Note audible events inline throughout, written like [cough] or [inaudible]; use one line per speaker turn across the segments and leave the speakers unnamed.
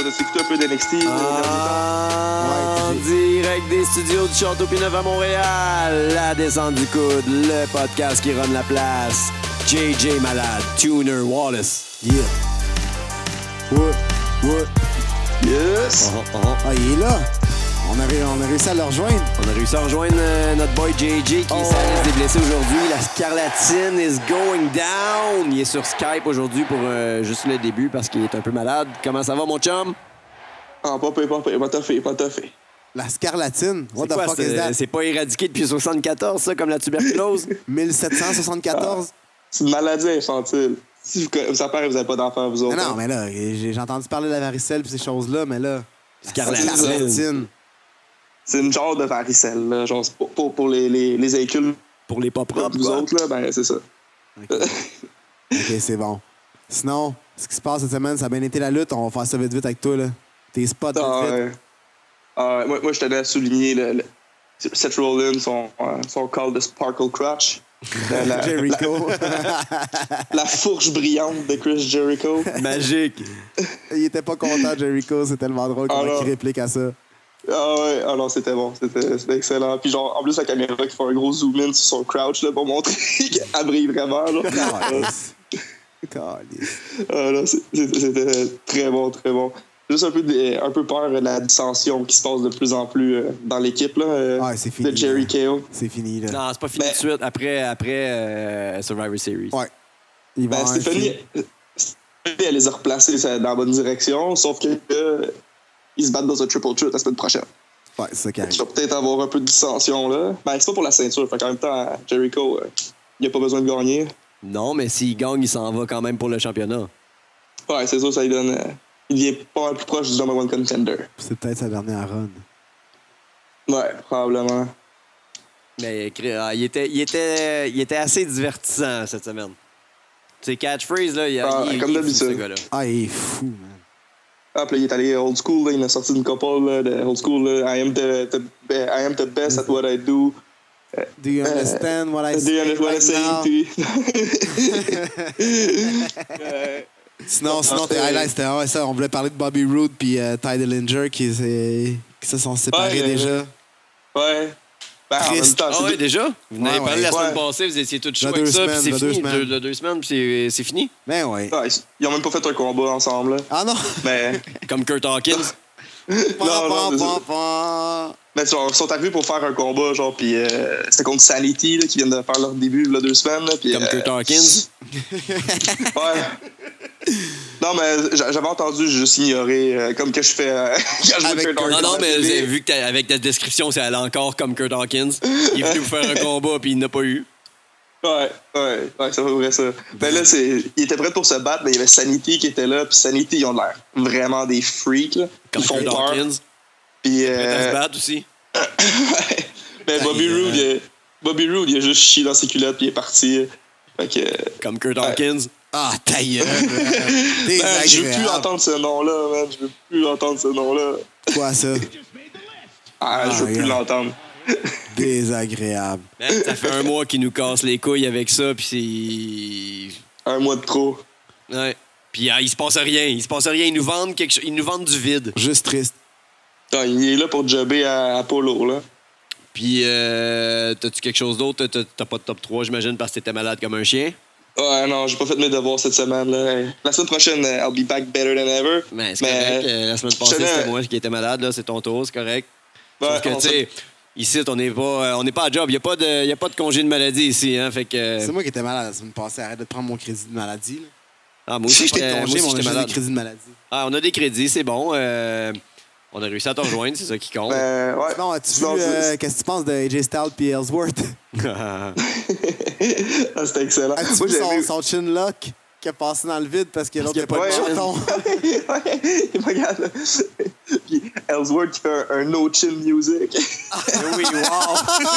On a s'écouter un peu d'NXT.
Ah.
En Ah, direct des studios du Château Pinot à Montréal, la descente du coude, le podcast qui rend la place. JJ Malade, Tuner Wallace. Yeah. What? What?
Yes!
Ah, il est là. On a, ré- on a réussi à le rejoindre.
On a réussi à rejoindre euh, notre boy JJ qui
Oh.
est sur la liste des blessés aujourd'hui. La scarlatine is going down. Il est sur Skype aujourd'hui pour euh, juste le début parce qu'il est un peu malade. Comment ça va, mon chum?
En pas peu, pas peu, pas toffé, pas toffé.
La scarlatine. What
C'est
the
quoi,
fuck is
c'est-
that?
c'est pas éradiqué depuis 74, ça, comme la
[laughs]
tuberculose?
1774?
C'est une maladie infantile. Si vous, co- ça paraît, vous n'avez pas d'enfant, vous
Non,
autres. hein.
non, mais là, j'ai j'ai entendu parler de la varicelle et ces choses-là, mais là. la
Scarlatine.
C'est une genre de varicelle, là. Genre, c'est pour, pour, pour les, les, les incultes,
pour les pas
comme
propres.
vous
quoi.
autres, là, ben, c'est ça.
Ok, c'est bon. Sinon, ce qui se passe cette semaine, ça a bien été la lutte. On va faire ça vite vite avec toi, là. Tes spots, vite,
Ah,
vite.
ouais. Ah, ouais. moi, moi, je tenais à souligner le, le- Seth Rollins, son, euh, son call de Sparkle Crotch. La, la-
[laughs] Jericho. [laughs]
la fourche brillante de Chris Jericho.
Magique.
il était pas content, Jericho. C'est tellement drôle comment
Alors.
il réplique à
[laughs]
ça.
Ah ouais, ah non, c'était bon, c'était c'était excellent. Puis genre, en plus, la caméra qui fait un gros zoom-in sur son crouch là, pour montrer [laughs] qu'elle brille vraiment. Là.
Calice. Calice.
Ah non, c'est- c'est- c'était très bon, très bon. Juste un peu, de- un peu peur de la dissension qui se passe de plus en plus euh, dans l'équipe là, euh,
Ah, Ouais, c'est fini,
de Jerry
là.
K.O.
C'est fini, là.
Non, c'est pas fini
Ben-
de suite. Après, après euh, Survivor Series.
Ouais. Il
Ben,
avoir un
Stéphanie,
feud.
Stéphanie, elle les a replacés ça, dans la bonne direction, sauf que euh, ils se battent dans un triple threat la semaine prochaine.
Ouais, c'est ça qui
Je
arrive.
vais peut-être avoir un peu de dissension là. Ben, c'est pas pour la ceinture, fait qu'en même temps, Jericho, euh, il a pas besoin de gagner.
Non, mais s'il gagne, il s'en va quand même pour le championnat.
Ouais, c'est sûr, ça lui donne. euh, il vient pas mal plus proche du number one contender.
C'est peut-être sa dernière run.
Ouais, probablement.
Mais cri- ah, il, était, il, était, il était assez divertissant cette semaine. Tu sais, catchphrase, là, il,
Ah,
il- il-
comme
il-
d'habitude.
ce gars-là.
Ah, il est fou, man.
Hop, là, il est allé old school, là, il a sorti une couple là, de old school. là, I, am the, the be- I am the best at what I do.
Do you understand what I
Euh, Do you
say
understand what I'm
right now?
saying? Puis-
[laughs]
Eh,
Sinon, sinon tes highlights, c'était ouais, ça. On voulait parler de Bobby Roode puis euh, Ty Dillinger qui, s'est- qui se sont séparés
Ouais,
déjà.
Ouais. Ben, en même
Triste.
temps,
Ah
c'est
ouais,
deux-
déjà? Vous n'avez
Ouais,
parlé
ouais.
la semaine
Ouais.
passée, vous étiez tous chouettes
deux
avec ça, puis
semaines,
c'est
le deux
fini.
semaines.
Deux, le deux semaines, puis c'est- c'est fini.
Ben ouais.
Ouais, ils- ils ont même pas fait un combat ensemble. là. [laughs]
Ah non!
Mais,
Comme Kurt Hawkins.
Pan,
non,
pan,
mais-
pan, pan.
mais genre, Ben, ils sont arrivés pour faire un combat, genre, puis euh, c'était contre Sanity, là, qui viennent de faire leur début, là, deux semaines. là, puis,
Comme
euh,
Kurt Hawkins.
[laughs] Ouais. Non, mais j'a- j'avais entendu, j'ai juste ignoré, euh, comme que je fais euh, [laughs] quand je
Avec-
veux
Non, non, mais
j'ai
j'ai vu que t'as- avec ta description, c'est allé encore comme Kurt Hawkins. Il est venu vous faire un combat, puis il n'a pas eu.
Ouais, ouais, ouais, c'est pas vrai ça. Mais là, c'est, il était prêt pour se battre, mais il y avait Sanity qui était là, puis Sanity, ils ont l'air vraiment des freaks, là.
Comme
Ils font
Kurt
peur.
Hawkins.
Puis,
Il va se
euh,
battre aussi.
[laughs] mais Bobby
Aïe,
Roode, il a- Bobby Roode, il a juste chié dans ses culottes, puis il est parti. Fait que,
Comme Kurt Hawkins.
Ah,
[laughs]
ta gueule!
euh,
ben, je veux plus
Désagréable.
entendre ce nom-là, man. Je veux plus entendre ce nom-là.
Quoi, ça?
Ah,
Ah,
je veux plus
yeah.
l'entendre.
Désagréable.
Man, Ben, ça fait un mois qu'il nous casse les couilles avec ça, puis
Un mois de trop.
c'est. Ouais. Puis ah, il se passe rien. Il se passe rien. Ils nous vendent, quelque cho- ils nous vendent du vide.
Juste triste.
Ah, il est là pour jobber à Apollo, là.
Puis, euh, t'as-tu quelque chose d'autre? T'as- T'as pas de top 3, j'imagine, parce que t'étais malade comme un chien.
Ouais, Ah, non, j'ai pas fait mes devoirs cette semaine. Là. Hey, La semaine prochaine, euh, I'll be back better than ever.
Mais c'est correct. euh, la semaine passée,
je tenais-
c'était moi qui étais malade. Là, c'est ton tour, c'est correct.
Ouais,
Sauf que,
on
tu sais, ici, on n'est pas, euh, on n'est pas à job. Il n'y a, pas de- y a pas de congé de maladie ici. Hein, fait que, euh,
C'est moi qui étais malade la semaine passée. Arrête de prendre mon crédit de maladie. là.
ah, moi
Je
aussi,
sais que
j'étais
t'es
moi
congé,
aussi,
mais on a
j'étais
juste des
malade.
crédits de maladie.
Ah, on a des crédits, c'est bon. euh, on a réussi à te rejoindre, c'est ça qui compte.
Euh, ouais.
Bon, Ah as-tu vu
Non,
euh,
c'est-
qu'est-ce que tu penses de AJ Styles puis Ellsworth?
[laughs]
[laughs]
Ah, C'était excellent.
As-tu
Moi,
vu
j'ai
son,
aimé-
son chin lock qui a passé dans le vide parce que l'autre
qu'il y
n'a
a
pas de
pas de [laughs]
bâton? [laughs]
Ouais, il me regarde. là. Puis Ellsworth qui fait un, un no-chin music.
oui, wow.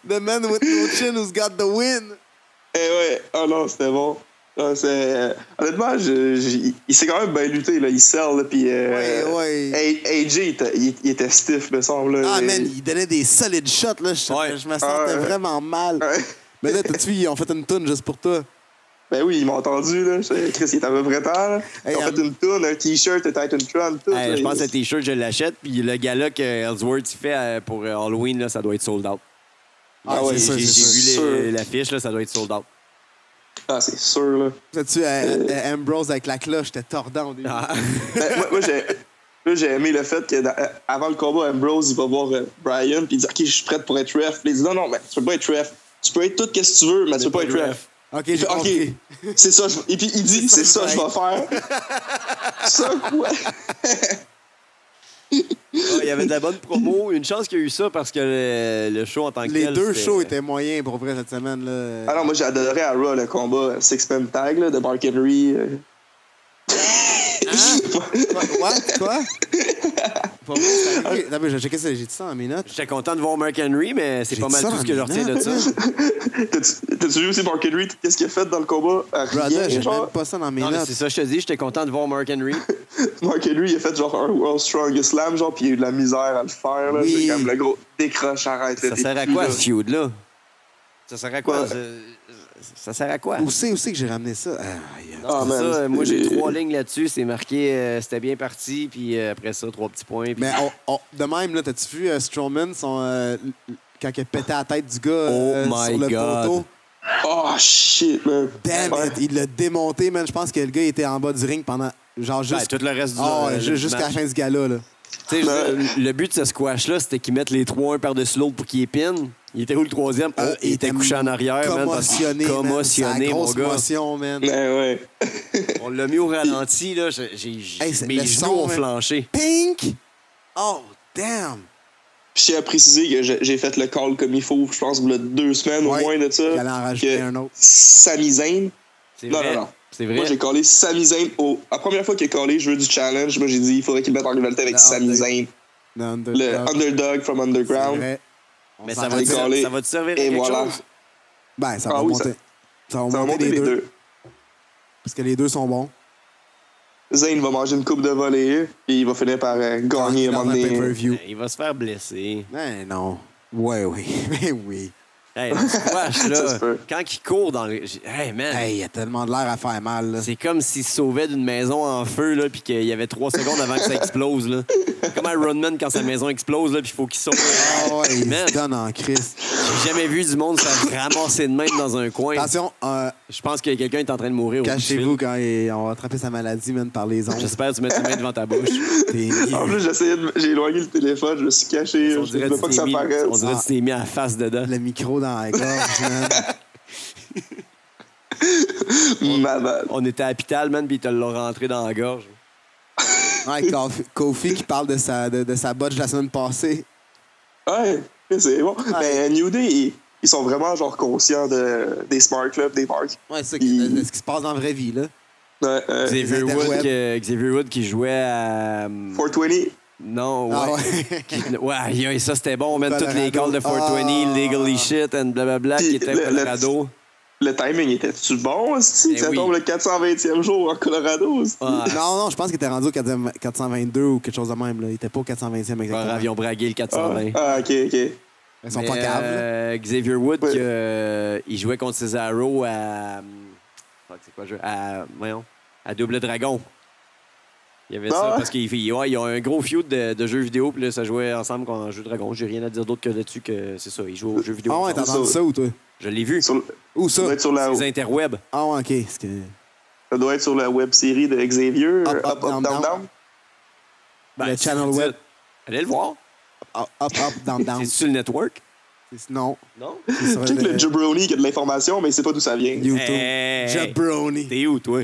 [laughs]
The man with no chin who's got the win.
Eh ouais, oh non, c'était bon. Non, c'est- euh, Honnêtement, je- je- il s'est quand même bien lutté, là. il sell. Là, puis, euh,
Ouais,
A- AJ, il était- il, il était stiff, me semble. là.
Ah,
Il-
man, il donnait des solides shots, là. Je,
Ouais.
je me sentais
Ah, euh, ouais.
vraiment mal.
Ouais.
Mais là, t'as-tu vu, ils ont fait une toune juste pour toi.
Ben oui, ils m'ont entendu, là. C'est- Chris, il était à peu près tard, là.
Hey,
Ils ont
en-
fait une tourne, un t-shirt, Titan Tron, tout.
Hey,
là.
je pense que le t-shirt, je l'achète. Puis le gala que Ellsworth fait euh, pour euh, Halloween, là, ça doit être sold out.
Ah
ouais,
J'ai-
c'est sûr,
J'ai
c'est
j'ai
sûr.
vu les- l'affiche, là, ça doit être sold out.
Ah, c'est sûr, là.
T'as-tu euh, euh, Ambrose avec la cloche? J'étais tordant au début.
Ah. [laughs]
Ben, moi, moi, j'ai. Là, j'ai aimé le fait que dans- euh, avant le combat, Ambrose, il va voir euh, Brian, puis il dit Ok, je suis prêt pour être ref. Puis il dit Non, non, mais tu peux pas être ref. Tu peux être tout ce que tu veux, mais tu peux pas être ref.
OK,
Il
j'ai
fait,
compris.
Ok, c'est ça. je- Et puis il dit C'est
C'est
ça,
ça,
je vais faire. [laughs] ça, quoi
Ah, Il y avait de la bonne promo. Une chance qu'il y a eu ça parce que le, le show en tant que
Les
tel,
deux
c'était-
shows étaient moyens pour vrai cette semaine. Là.
Ah non, moi, j'ai adoré à Raw le combat Six-Man Tag là, de Mark Henry. euh.
Quoi? Quoi? Pour vrai, c'est arrivé. Ah, Attends, mais je vais checker ça. J'ai dit ça en mes notes.
J'étais content de voir Mark Henry, mais c'est
J'ai
pas
dit
mal
ça
tout
dans
ce que je
mes
retiens de
notes.
ça.
T'as-tu t'as-tu vu aussi Mark Henry tout Qu'est-ce qu'il a fait dans le combat Euh,
Brother,
Rien,
j'ai
genre.
même pas ça dans mes
Non, mais
notes.
c'est ça, je te dis, j'étais content de voir Mark Henry.
Mark Henry, il a fait genre un World Strongest Slam, genre, puis il a eu de la misère à le faire. là.
Oui.
C'est comme le gros décroche, arrête. là,
Ça
t'es
sert à
plus,
quoi,
là. [laughs]
ce feud-là? Ça sert à quoi?
Ouais.
Ça, ça sert à quoi?
Où c'est où c'est que j'ai ramené ça? Ah, aïe, aïe.
Ah,
C'est
man.
ça, euh, moi, j'ai
Et-
trois lignes là-dessus. C'est marqué, euh, c'était bien parti, puis euh, après ça, trois petits points. puis-
Mais on- on- de même, là, t'as-tu vu euh, Strowman son, euh, l- quand il a pété la tête du gars
Oh
euh,
my
sur le
God.
poteau?
Oh shit, man.
Damn
Ouais.
it, il l'a démonté, man. Je pense que le gars il était en bas du ring pendant genre
Ouais,
juste.
Ben, tout le reste du
Ah, ouais,
le-
ju-
le
jusqu'à la
match.
fin du gala, là.
Tu sais, je veux dire, Le but de ce squash-là, c'était qu'ils mettent les trois un par-dessus l'autre pour qu'ils épinent. Il était où le troisième? Oh,
Euh,
il était couché en arrière, man, parce-
Commotionné, man. C'est
Commotionné,
la
mon
grosse
gars.
commotion, man.
Ben ouais. [laughs]
On l'a mis au ralenti, là. j'ai- j'ai-
Hey, c'est- le
mes genoux
son,
ont
man.
flanché.
Pink! Oh, damn!
Puis j'ai à préciser que j'ai j'ai fait le call comme il faut, je pense, il y a deux semaines
Ouais,
au moins de ça.
j'allais en rajouter
que
un autre.
Sami Zayn.
C'est
Non,
vrai.
non, non.
C'est
Moi,
vrai.
j'ai callé Sami Zayn. au- La première fois qu'il a callé, je veux du challenge. Moi, j'ai dit, il faudrait qu'il mette en rivalité avec
Le
Sami
under-
Zayn.
Le underdog.
Le underdog from
C'est
underground.
vrai. On
Mais
s'en
ça va,
rappelle.
te,
J'ai collé.
ça va te servir à
Et
quelque
voilà.
chose.
Ben, ça
Ah
va
oui,
monter.
ça- Ça
Ça va
va
monter
monter les deux.
Parce que les deux sont bons.
Zayn va manger une coupe de volée et il va finir par euh, gagner à un
Dans
moment
un
donné.
pay-per-view.
Il va se faire blesser.
Ben non. Ouais, oui. [laughs] Ben oui.
Hey,
[laughs]
le squash, là,
Ça se peut.
quand il court dans le... j'ai- Hey, man,
Hey, il y a tellement de l'air à faire mal, là.
c'est comme s'il se sauvait d'une maison en feu, là, puis qu'il y avait trois secondes avant que ça explose, là. Comme Iron Man quand sa maison explose, là, puis il faut qu'il sauve.
Ah ouais, il
Man,
se donne en crise.
j'ai jamais vu du monde se faire ramasser de même dans un coin.
Attention, euh,
Je pense que quelqu'un est en train de mourir. au bout du
cachez-vous quand il- on va attraper sa maladie, man, par les
fil.
ondes.
J'espère que tu mets ta main devant ta bouche.
T'es-
En plus, j'essayais de- j'ai éloigné le téléphone, je me suis caché. Je
On
ne
dirait
veux
que
pas que
tu t'es
ça
mis-
paraisse.
on dirait que tu t'es mis à la face dedans.
Le micro dans la gorge, man.
Ma bad.
On était à l'hôpital, man, puis ils te l'ont rentré dans la gorge.
[laughs]
Ouais, Kofi, Kofi qui parle de sa, de, de sa botche de la semaine passée.
Ouais, c'est bon. Mais euh, New Day, ils, ils sont vraiment genre conscients de, des smart clubs, des marques.
Ouais, c'est ça,
qui-
de- de ce qui se passe dans la vraie vie, là.
Ouais, euh,
Xavier
Les
Wood,
interwebs.
que- Xavier Wood qui jouait à... euh,
420.
Non, ouais.
Ah ouais.
Qui- ouais, y a- ça c'était bon, même toutes les
Colorado.
calls de 420,
Ah.
legally shit and blablabla qui
Puis
était
le-
au
le-
Colorado.
Le timing était-tu bon,
Eh
si Ça
oui.
tombe le 420e jour en Colorado, hostie?
Ah,
[laughs] Non, non, je pense qu'il était rendu au 4e 422 ou quelque chose de même. Là. Il était pas au 420e
leur
exactement.
avion bragué le
Ah,
420.
ah, ok, ok.
Ils sont
Mais,
pas caves. là.
euh, Xavier Wood,
Ouais.
que, euh, il jouait contre Cesaro à. hum, fuck, c'est quoi le jeu? À, voyons, à Double Dragon. Il y avait
Ah
ça
ouais?
parce qu'il il- ouais, ils ont un gros feud de, de jeux vidéo, puis là, ça jouait ensemble en jeu Dragon. J'ai rien à dire d'autre que là-dessus que c'est ça, ils jouent aux jeux vidéo.
Ah ouais,
ensemble.
t'as entendu ça ou toi?
Je l'ai vu.
Sur le-
Où
ça
ça?
doit être sur la,
Les interwebs.
Ah ouais, ok. c'est que-
ça doit être sur la web série de Xavier, euh, Up, Up, Down, Down.
Ben,
Le
si
channel
vous
web.
dites, Allez le voir.
Hop, hop, hop, down, down.
C'est-tu le network?
C'est- Non.
Non?
c'est sur
Check le Jabroni qui a de l'information, mais il sait pas d'où ça vient.
YouTube.
Hey. [laughs]
Jabroni.
T'es où, toi?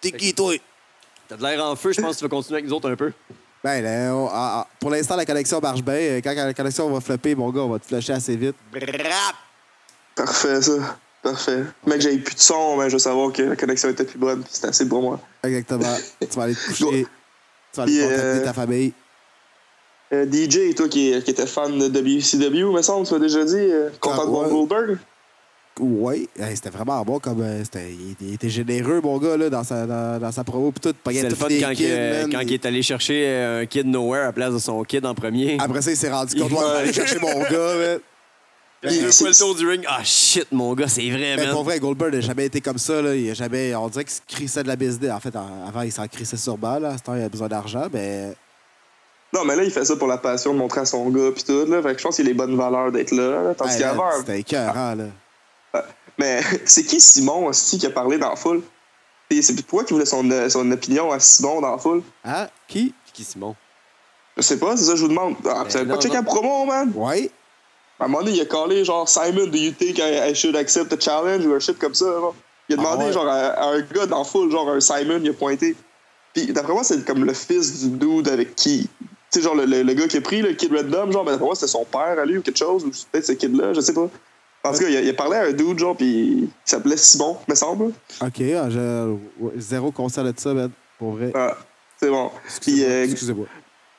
T'es qui, toi?
T'as de l'air en feu, je pense que tu vas continuer avec nous autres un peu.
Ben, là, on- ah, ah, pour l'instant, la collection marche bien. Euh, Quand la collection va flopper, mon gars, on va te flasher assez vite.
Parfait, ça. Parfait. Mec, j'avais plus de son, mais je veux savoir que la connexion était plus bonne, puis c'était assez pour moi.
Exactement. tu vas aller te coucher.
Ouais.
tu vas aller
Puis,
contacter
euh,
ta famille.
Euh, DJ, toi qui, qui étais fan de WCW, me semble, tu m'as déjà dit, euh, content de voir
ouais.
Goldberg.
Ouais, hey, c'était vraiment bon comme euh, c'était il, il était généreux mon gars là dans sa dans, dans sa promo puis tout, payait
C'est le
tous
fun
les
quand,
kids,
que-
man.
quand il est allé chercher euh, un kid nowhere à place de son kid en premier.
Après ça, il s'est rendu compte
Il-
qu'on aller chercher mon gars. man.
Deux
Ben,
fois
c'est-
le tour du ring. Ah shit, mon gars, c'est vrai,
Mais
man.
pour vrai, Goldberg n'a jamais été comme ça. Là. Il a jamais, on dirait qu'il se crissait de la BSD. En fait, en- avant, il s'en crissait sur balle. À ce temps, il a besoin d'argent. Mais
Non, mais là, il fait ça pour la passion de montrer à son gars, puis tout. Là. Fait que je pense qu'il a les bonnes valeurs d'être là. là. Tandis
Hey, là,
qu'avant.
c'était écœurant. Là.
Mais [laughs] c'est qui Simon aussi qui a parlé dans la foule? Et C'est pourquoi qu'il voulait son, euh, son opinion à Simon dans la foule?
Hein? Qui?
Qui Simon?
Je sais pas, c'est ça que je vous demande. Ah,
Ben
vous avez
non,
pas checké
non.
la promo, man?
Oui.
À un moment donné, il a collé genre Simon, do you think euh, I, I should accept the challenge ou un shit comme ça? genre. Il a
Ah
demandé
ouais.
genre à, à un gars dans la foule, genre un Simon, il a pointé. Puis d'après moi, c'est comme le fils du dude avec qui. Tu sais, genre le, le- le gars qui a pris, le Kid Random, genre, ben, d'après moi, c'était son père à lui ou quelque chose, ou peut-être ce kid-là, je sais pas. En tout cas, il a, il a parlé à un dude, genre, puis il s'appelait Simon, me semble.
OK. ah, je- ouais, Zéro concert de ça, man. Pour vrai.
Ah, c'est bon. Puis,
Excusez-moi.
euh,
excusez-moi.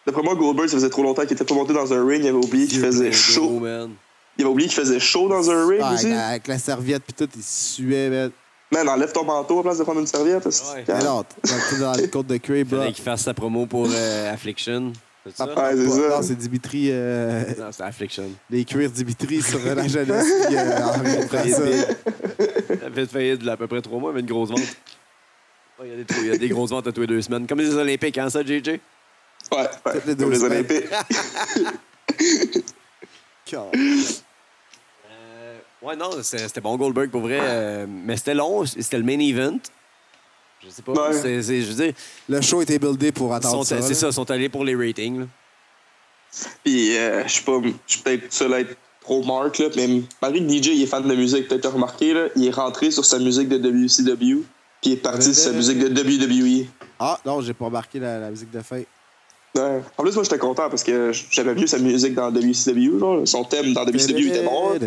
d'après moi, Goldberg, ça faisait trop longtemps qu'il était pas monté dans un ring. Il avait oublié qu'il faisait
Gros,
chaud.
man.
Il avait oublié qu'il faisait chaud dans un ring
Ah, avec,
aussi.
la, avec la serviette puis tout, il suait, man.
Man, enlève ton manteau à place de prendre une serviette. c'est-
Ouais.
Mais non, t'es dans- t'es dans le côte de Cray, bro.
Fallait qu'il fasse sa promo pour [laughs] euh, Affliction. C'est ça?
Ouais, c'est ça.
Non, c'est Dimitri, euh,
Non, c'est [laughs] Affliction.
les cuirs Dimitri sur la jeunesse qui euh, enregistrent ça.
Ça fait faillite il à peu près trois mois, mais une grosse [laughs] vente. Ouais, Il y, a des trous- il y a des grosses ventes à tous les deux semaines. Comme les Olympiques, hein, ça, JJ?
Ouais, ouais.
Toutes les deux
Comme les
semaines.
Olympiques.
[laughs]
Euh, ouais, non, c'est- c'était bon Goldberg pour vrai. euh, mais c'était long, c'était le main event. Je sais pas.
Ouais.
c'est- c'est- je veux dire,
Le show était buildé pour
ils sont-
attendre ça.
c'est
là.
ça, ils sont allés pour les ratings. là.
Puis, euh, je sais pas, je suis peut-être seul à être trop marque, là, mais Marie DJ, il est fan de musique, peut-être t'as remarqué, là, il est rentré sur sa musique de WCW, puis il est parti sur sa musique de E. WWE.
Ah, non, j'ai pas remarqué la, la musique de fin.
Ouais. En plus, moi, j'étais content parce que j'avais vu sa musique dans WCW, genre, son thème dans WCW était bon. là.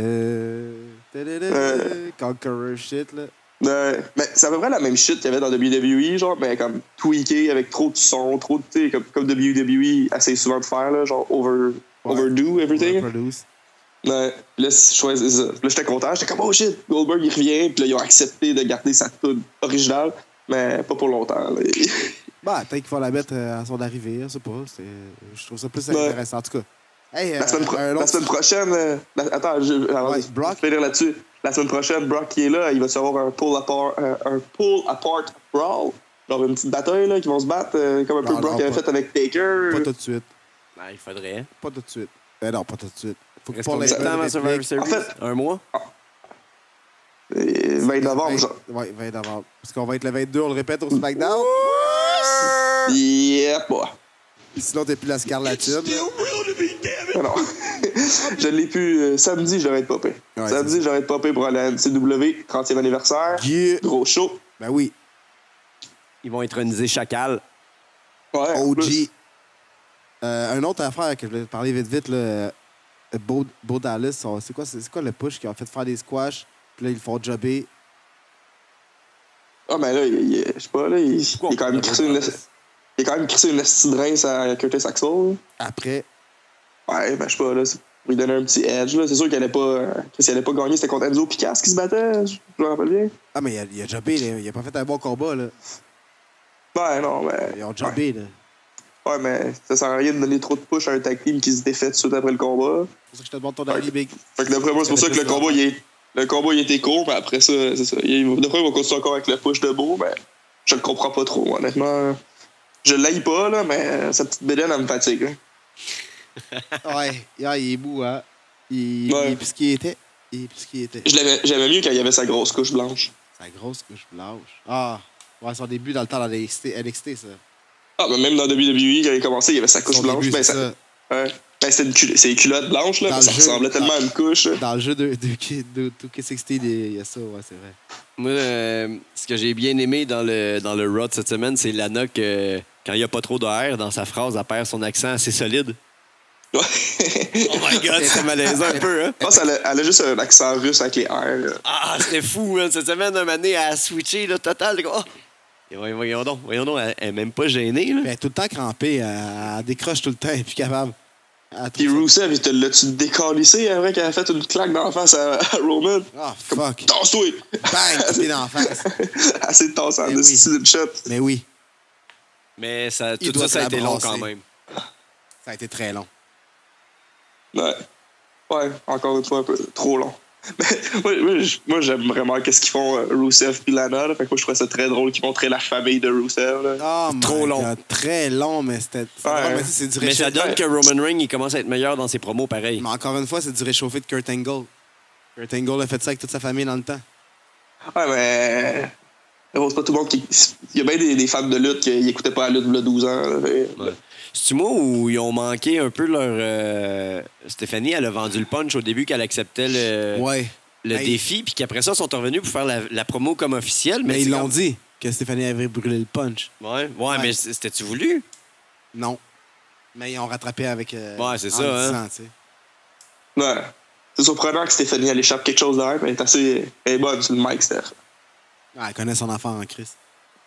Tadadadada, Conqueror shit, là.
Ouais. Euh, Mais c'est à peu près la même shit qu'il y avait dans WWE, genre, mais comme tweaké avec trop de son, trop de, tu sais, comme, comme WWE assez souvent de faire, là, genre, over,
Ouais.
overdo everything.
Reproduce.
Ouais. Là, je choisis ça. Là, j'étais content. J'étais comme, oh shit, Goldberg, il revient. Puis là, ils ont accepté de garder sa tune originale, mais pas pour longtemps. là.
Bah, peut-être qu'il faut la mettre euh, à son arrivée, je sais pas. c'est- Je trouve ça plus
Ouais.
intéressant. En tout cas, hey,
La
euh,
semaine, pro-
un long-
la semaine prochaine. euh, la- attends, je, avant
Ouais,
de-
Brock.
je vais dire là-dessus. La semaine prochaine, Brock qui est là, il va se avoir un pull apart, un, un pull apart brawl. Genre une petite bataille, là, qui vont se battre, euh, comme un peu
Non,
Brock
non,
avait
pas-
fait avec Taker.
Pas tout de suite.
Ben, il faudrait.
Pas tout de suite. Eh non, pas tout de suite. Faut
Reste
pour
combien de
les-
temps avant
les-
Survivor
les-
Series?
En fait-
Un mois?
Euh, 20 novembre, genre.
Ouais, 20 novembre. Parce qu'on va être le 22, on le répète au SmackDown.
Yeah, bah.
Sinon, t'es plus la scarlatine.
Ah,
[laughs]
Non. je l'ai pu euh, samedi, je devrais être popé.
Ouais,
samedi, je devrais être popé pour aller à la NCW, 30e anniversaire.
Yeah.
Gros show.
Ben oui,
Ils vont introniser Chacal.
Ouais, en plus.
OG. Euh, un autre affaire que je voulais te parler vite, vite, là. euh, Bo, Bo Dallas, on- c'est quoi, c'est c'est quoi le push qui ont fait faire des squash? Puis là, ils le font jobber.
Ah, mais là, il, il- je sais pas, là, il,
Pourquoi
il a quand
on
même
parle
crissé
de
une,
Dallas?
il a quand même crissé une esti de rince à Curtis Axel. là.
Après,
Ouais, ben, je sais pas, là, c'est pour lui donner un petit edge, là. C'est sûr qu'il allait pas, euh, qu'il allait pas gagner, c'était contre Enzo Picasso qui se battait, je je me rappelle bien.
ah, mais il a, il a jobé, là. il a pas fait un bon combat, là.
Ben, non, mais.
Ils ont jobé, là.
Ouais, mais ça sert à rien de donner trop de push à un tag team qui se défait tout de suite après le combat.
C'est pour ça que je te demande ton avis, Big.
Fait que d'après moi, c'est pour ça que le combat, il est- le combat, il était court, mais après ça, c'est ça. Il- D'après, il va continuer encore avec le push de Beau, mais je le comprends pas trop, honnêtement. Je l'aille pas, là, mais sa petite bédaine, elle me fatigue. hein. [laughs]
Ouais, yeah, il est mou, hein. Il,
Ouais.
il est plus ce qu'il était. Il est plus ce qu'il était.
Je l'aimais- J'aimais mieux quand il y avait sa grosse couche blanche.
Sa grosse couche blanche. Ah, ouais, son début dans le temps dans NXT, NXT ça.
Ah, mais même dans WWE, quand il a commencé, il y avait sa couche
Son
blanche.
début,
ben,
c'est
ça-
ça.
ouais. Ben, c'était une cul- c'est des culottes blanches, là,
Dans
mais
le
ça
jeu,
ressemblait tellement
dans-
à une couche. là. [laughs]
Dans le jeu de, de, de, de 2K16, il y a ça, ouais, c'est vrai.
Moi, euh, ce que j'ai bien aimé dans le, dans le Raw de cette semaine, c'est Lana que, quand il n'y a pas trop de R dans sa phrase, elle perd son accent assez solide.
Ouais.
Oh my God, c'était malaisant un peu, hein?
Je pense qu'elle a, elle a juste un accent russe avec les R. là.
Ah, c'était fou, man. Cette semaine, un moment donné, elle a switché, là, total. là, Oh! Et voyons, voyons donc, voyons donc, elle n'est même pas gênée, là.
Mais elle est Ben, tout le temps crampée, elle, elle décroche tout le temps, elle est plus capable. Elle
Puis
trouve
Rusev, il te l'a-tu décalissé après qu'elle a fait une claque dans la face à, à Roman?
ça- Ah, fuck.
Tasse-toi!
Bang, t'es dans la face.
[laughs] Assez de tasse en
Eh
dessous d'une shot.
Mais oui,
Mais ça,
Il
tout
doit
ça, ça a
te la
été long
brasser.
quand même.
ça a été très long.
Ouais. Ouais, encore une fois, un peu trop long. [laughs] Mais moi, moi, j- moi, j'aime vraiment qu'est-ce qu'ils font euh, Rousseff et Lana. là. Fait que moi, je trouvais ça très drôle qu'ils montraient la famille de Rousseff. là.
Ah, my
Trop long.
God, Très long, mais c'était. c'est
Ouais.
drôle, mais c'est du
Mais ça
réchauffé-
donne que Roman Reigns, il commence à être meilleur dans ses promos, pareil.
Mais encore une fois, c'est du réchauffé de Kurt Angle. Kurt Angle a fait ça avec toute sa famille dans le temps.
Ouais, mais. Bon, c'est pas tout le monde qui. Il y a bien des, des fans de lutte qui n'écoutaient pas la lutte il y a 12 ans. là. Fait-
C'est-tu moi où ils ont manqué un peu leur... euh, Stéphanie, elle a vendu le punch au début qu'elle acceptait le,
ouais.
le
Hey.
défi, puis qu'après ça, ils sont revenus pour faire la, la promo comme officielle. Mais,
Mais ils
c'est
l'ont
comme-
dit que Stéphanie avait brûlé le punch.
Ouais, ouais, mais c- c'était-tu voulu?
Non. Mais ils ont rattrapé avec. euh,
Ouais, c'est
en
ça,
le
hein.
disant, tu sais.
Ouais. C'est surprenant que Stéphanie, elle échappe quelque chose derrière, mais elle est assez elle est bonne sur le mic, Steph.
Ah, elle connaît son enfant en Christ.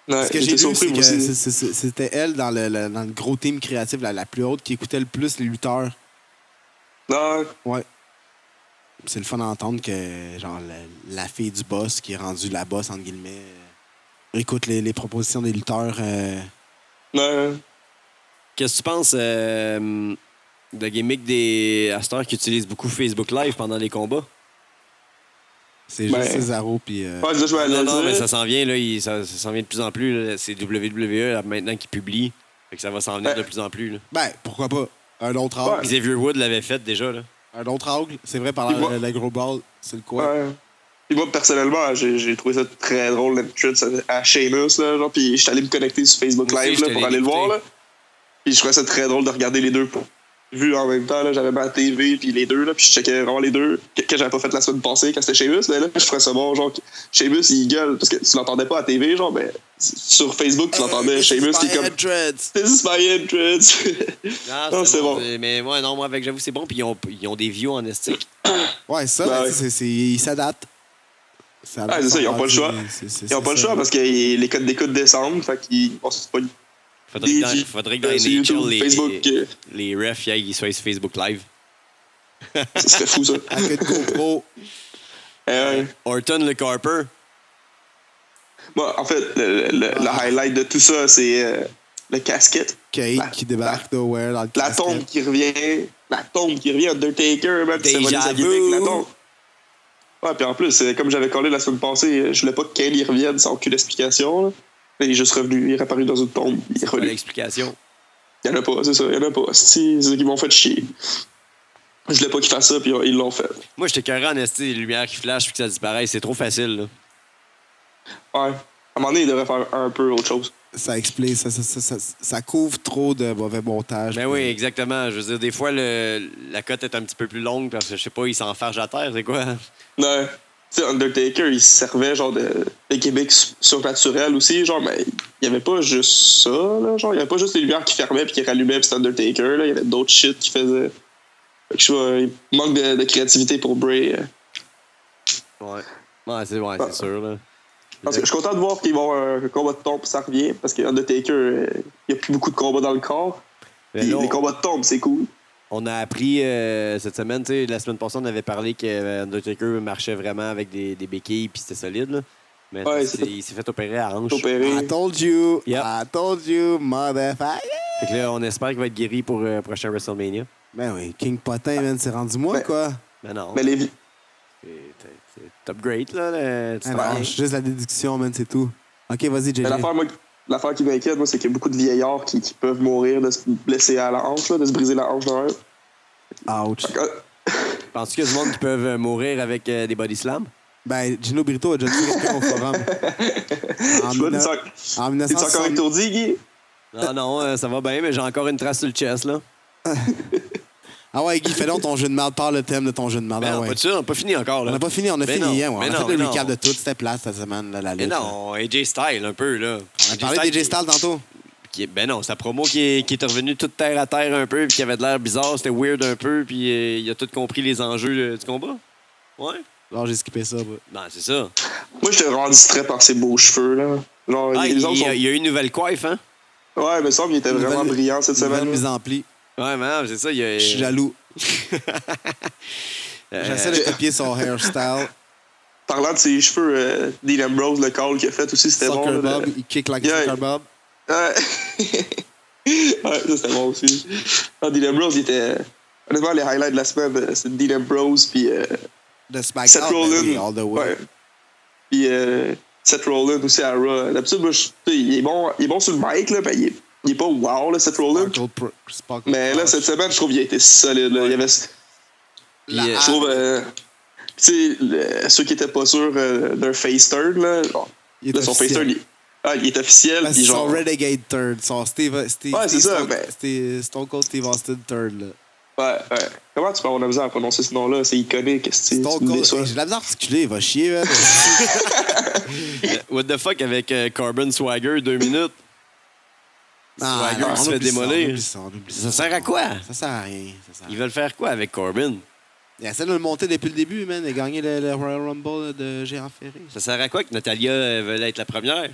Ouais,
Ce que j'ai
j'étais
lu, c'est
moi
que
aussi.
c'est- c'est- c'est- c'était elle dans le, le- dans le gros team créatif, la, la plus haute, qui écoutait le plus les lutteurs.
Non,
Ouais. C'est le fun d'entendre que genre la, la fille du boss qui est rendue la boss entre guillemets euh, écoute les, les propositions des lutteurs. euh,
non.
Qu'est-ce que tu penses euh, de gimmick des Astors qui utilisent beaucoup Facebook Live pendant les combats?
c'est juste
Ben.
Cesaro puis euh,
Ouais, je vais
Non,
le
non,
dire.
mais ça s'en vient, là, il- ça, ça s'en vient de plus en plus. là. C'est WWE là, maintenant qui publie. Fait que ça va s'en venir
Ouais.
de plus en plus. là.
ben pourquoi pas un autre angle,
Xavier Wood l'avait fait déjà. Là.
un autre angle, c'est vrai par
Puis moi-
la, la gros ball, c'est le quoi
Ouais. Puis moi, personnellement, j'ai j'ai trouvé ça très drôle, l'entrée à Sheamus, là, genre, puis j'étais allé me connecter sur Facebook
Moi aussi,
Live,
j'étais
là, pour
allé
aller le voir,
l'écouter.
là. Puis je trouvais ça très drôle de regarder les deux vus en même temps, là, j'avais ma TV, puis les deux, là, puis je checkais vraiment les deux, que, que j'avais pas fait la semaine passée quand c'était Sheamus, mais là, je trouvais ça bon, genre, que Sheamus, il gueule, parce que tu l'entendais pas à TV, genre, mais sur Facebook,
Euh,
tu l'entendais, Sheamus, qui est comme... This is my entrance!
Non,
c'est bon.
Mais moi, non, moi, avec j'avoue, c'est bon. Puis ils ont, ils ont des views en estique.
Ouais, ça,
Ben
là,
ouais.
c'est- c'est- ils s'adaptent.
Ah, c'est ça, ils ont pas le choix. Ils n'ont pas le choix parce que les codes d'écoute descendent, fait qu'ils. on se- pas une-
Faudrait que
Des-
dans, faudrait que dans les
sur YouTube,
NHL, les,
Facebook, euh,
les refs, ils soient sur Facebook Live.
Ce serait fou, ça.
Avec
[laughs]
une GoPro,
Eh ouais.
Orton le Carper.
Moi, en fait, le, le- le highlight de tout ça, c'est euh, le casquette.
Kate
La-
qui débarque de Where dans le
La
casquette.
tombe qui revient. La tombe qui revient. Undertaker, même. C'est volé
Déjà
sa gimmick, la
vu.
tombe. Ouais, puis en plus, euh, comme j'avais collé la semaine passée, euh, je voulais pas que Kane y revienne sans aucune explication. là. Mais Il est juste revenu, il est apparu dans une tombe, il est
Pas
revenu.
l'explication.
Il y en a pas, c'est ça, il y en a pas. Si, c'est qu'ils m'ont fait chier. Je voulais pas qu'ils fassent ça, puis ils l'ont fait.
Moi, j'étais carré en esti, les lumières qui flashent puis que ça disparaît. C'est trop facile. Là.
Ouais. À un moment donné, ils devraient faire un peu autre chose.
Ça explique, ça, ça, ça, ça, ça couvre trop de mauvais montages.
Ben oui, exactement. Je veux dire, des fois, le, la cote est un petit peu plus longue parce que, je sais pas, ils s'enfargent à terre, c'est quoi?
Ouais. Tu sais, Undertaker, il se servait genre de, de Québec su- surnaturel aussi, genre, mais il y avait pas juste ça, là, genre, il y avait pas juste les lumières qui fermaient puis qui rallumaient puis c'était Undertaker, là, il y avait d'autres shit qui faisaient. Fait que je sais pas, il manque de, de créativité pour Bray. euh.
Ouais. Ouais, c'est
Ah.
ouais, c'est sûr, là.
Parce que je suis content de voir qu'ils vont avoir un combat de tombe puis ça revient, parce que Undertaker, euh, il y a plus beaucoup de combats dans le corps.
Mais
Puis
là,
les
on,
combats de tombe, c'est cool.
on a appris euh, cette semaine, tu sais, la semaine passée, on avait parlé que euh, Undertaker marchait vraiment avec des, des béquilles puis c'était solide, là. Mais
Ouais,
il
c'est-
s'est- il s'est fait opérer à la hanche. Fait
Opéré.
I told you,
Yep.
I told you, motherfucker.
que là, on espère qu'il va être guéri pour le prochain WrestleMania.
Ben oui, King Potin, man, c'est rendu moi,
Ben-
quoi.
Mais non.
Mais les, vi-
c'est- c'est- c'est Top great, là. là, tu
Ah,
t'en
non,
viens.
c'est juste la déduction, man, c'est tout. Ok, vas-y, JJ.
Mais l'affaire, moi, qui- l'affaire qui m'inquiète, moi, c'est qu'il y a beaucoup de vieillards qui, qui peuvent mourir de se blesser à la hanche, là, de se briser la hanche dans Euh,
Ouch.
Penses-tu qu'il y a du monde qui peuvent euh, mourir avec euh, des body slams?
Ben, Gino Brito a déjà tué quelqu'un au forum. En,
[laughs] Je vois,
mille-
t'es encore-
en
t'es encore
1960
étourdi, Guy?
Non, non, euh, ça va bien, mais j'ai encore une trace sur le chest, là.
Ah ouais, Guy, fais donc ton jeu de merde. Parle le thème de ton jeu de merde.
Ben
Ah
non,
ouais.
pas de ça, on n'a pas fini encore. Là.
On n'a pas fini, on a
Ben
fini
non,
hier. ouais.
ben
on a
non,
fait le
ben
recap
non.
de tout. C'était plate cette semaine, là, la
Mais
lutte. là.
non, AJ Styles, un peu, là.
On a parlé d'AJ Styles tantôt.
Qui est- ben non, sa promo qui est, qui est revenue toute terre à terre un peu, puis qui avait de l'air bizarre, c'était weird un peu, puis euh, il a tout compris les enjeux euh, du combat. Ouais?
Genre, j'ai skippé ça. bah.
Ben, c'est ça.
Moi, j'étais vraiment distrait par ses beaux cheveux, là. Genre,
Ah, il,
les autres
il
sont...
a, il a eu une nouvelle coiffe, hein?
Ouais, mais ça, il était vraiment
Nouvelle-
brillant cette
nouvelle
semaine.
mise en pli.
Ouais, man, c'est ça, il a...
Je suis jaloux.
euh,
J'essaie de copier
[laughs]
son hairstyle.
Parlant de ses cheveux, euh, Dean Ambrose, le call qu'il a fait aussi, c'était bon. là,
Soccer Bob,
de-
il kick like
Yeah.
Soccer Bob.
[laughs] Ouais, Ouais, ça, c'était bon aussi. Ah, Dean Ambrose, il était... Honnêtement, les highlights de la semaine, euh, c'est Dean Ambrose puis euh,
De
Seth
SmackDown, ben oui,
Rollins.
all the way.
Ouais. Puis euh, Seth Rollins aussi à Raw. D'habitude, moi, je- tu sais, il, est bon, il est bon sur le mic, là, ben, il, est, il est pas wow, là, Seth Rollins.
Sparkle Pro- Sparkle
Mais là,
Crush.
cette semaine, je trouve qu'il a été solide. là. Il y avait, je
Puis,
La
euh,
hache.
trouve, euh, tu sais, le- ceux qui étaient pas sûrs euh, d'un face turn, là, genre,
Il est
là, son face
officiel.
turn, il, ah, il est officiel.
Parce
puis
qu'ils
genre,
sont Renegade Third, sont Steve, Steve,
Ouais, c'est
Steve
ça,
Stone,
ben-
Steve- Stone Cold Steve Austin Third. Là.
Ouais, ouais. Comment tu peux avoir de la misère à prononcer ce nom-là? C'est iconique. C'est
Stone Cold, hey, j'ai de la misère à articuler, il va chier.
[laughs]
man.
What the fuck avec euh, Carbon Swagger, deux minutes. Swagger
on
se fait
oublie ça,
démolir.
on oublie ça, on oublie
Ça
ça.
sert à quoi?
Ça sert à rien. Ça sert à
Ils
rien.
veulent faire quoi avec Corbin?
Il essaie de le monter depuis le début, man, et gagner le, le Royal Rumble de Gérard Ferré.
Ça sert à quoi que Natalia euh, veuille être la première?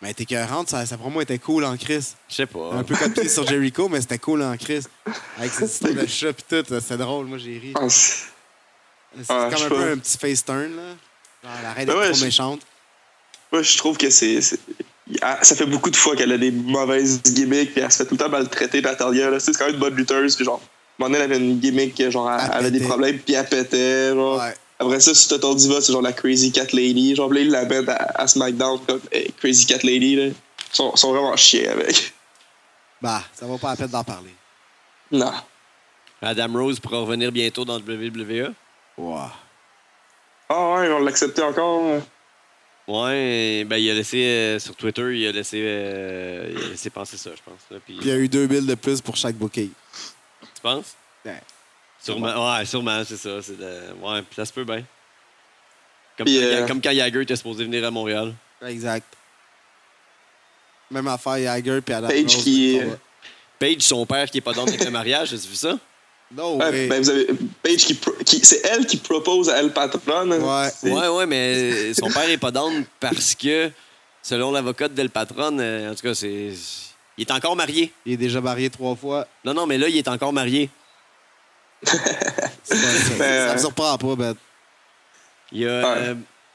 Mais t'es cohérente, sa, sa promo était cool en Chris.
Je sais pas.
Un peu copié sur Jericho, mais c'était cool en Chris. Avec cette histoire de chat pis tout, c'est drôle, moi j'ai ri. C'est
Ah,
comme
je
un
sais
peu
pas.
un petit face turn, là. Genre, la reine
Ben
est
ouais,
trop
je-
méchante.
Moi, je trouve que c'est. c'est- Ah, Ça fait beaucoup de fois qu'elle a des mauvaises gimmicks, puis elle se fait tout le temps maltraiter, Natalia. là. Tu sais, C'est quand même une bonne lutteuse, puis genre, à un moment donné, elle avait une gimmick, que, genre, elle,
Elle
elle avait des
pétait.
problèmes, puis elle pétait. Genre.
Ouais.
Après ça, sur Total Diva, c'est genre la Crazy Cat Lady. Genre, là, ils la mettent à, à SmackDown comme hey, Crazy Cat Lady. Là. Ils sont, sont vraiment chiés avec.
Bah, ça vaut pas la peine d'en parler.
Non.
Adam Rose pourra revenir bientôt dans E. WWE.
Wow.
Ah ouais, on l'acceptait encore. hein.
Ouais, ben il a laissé euh, sur Twitter, il a laissé, euh, il a laissé penser ça, je pense. là. Puis,
Puis il y a eu 2000 de plus pour chaque bouquet.
tu penses?
Ouais.
Sûrement, ouais, sûrement, c'est ça. c'est de- Ouais, puis ça se peut bien. Comme,
Puis,
quand-
euh,
comme quand Jagger était supposé venir à Montréal.
Exact. Même affaire, Jagger puis Adam
Page
Rose,
qui-
le combat.
Page, son père qui est pas dans avec le mariage, [laughs] as-tu vu ça?
No
Ouais,
way.
ben, vous avez Paige qui. pro- qui- c'est elle qui propose à El Patron. hein.
Ouais.
C'est-
Ouais, ouais, mais euh, son père est pas down parce que, selon l'avocat de Del Patron, euh, en tout cas, c'est. Il est encore marié.
Il est déjà marié trois fois.
Non, non, mais là, il est encore marié.
C'est
[laughs]
pas ça.
Ben,
ça me surprend pas, ben.
Il y a euh,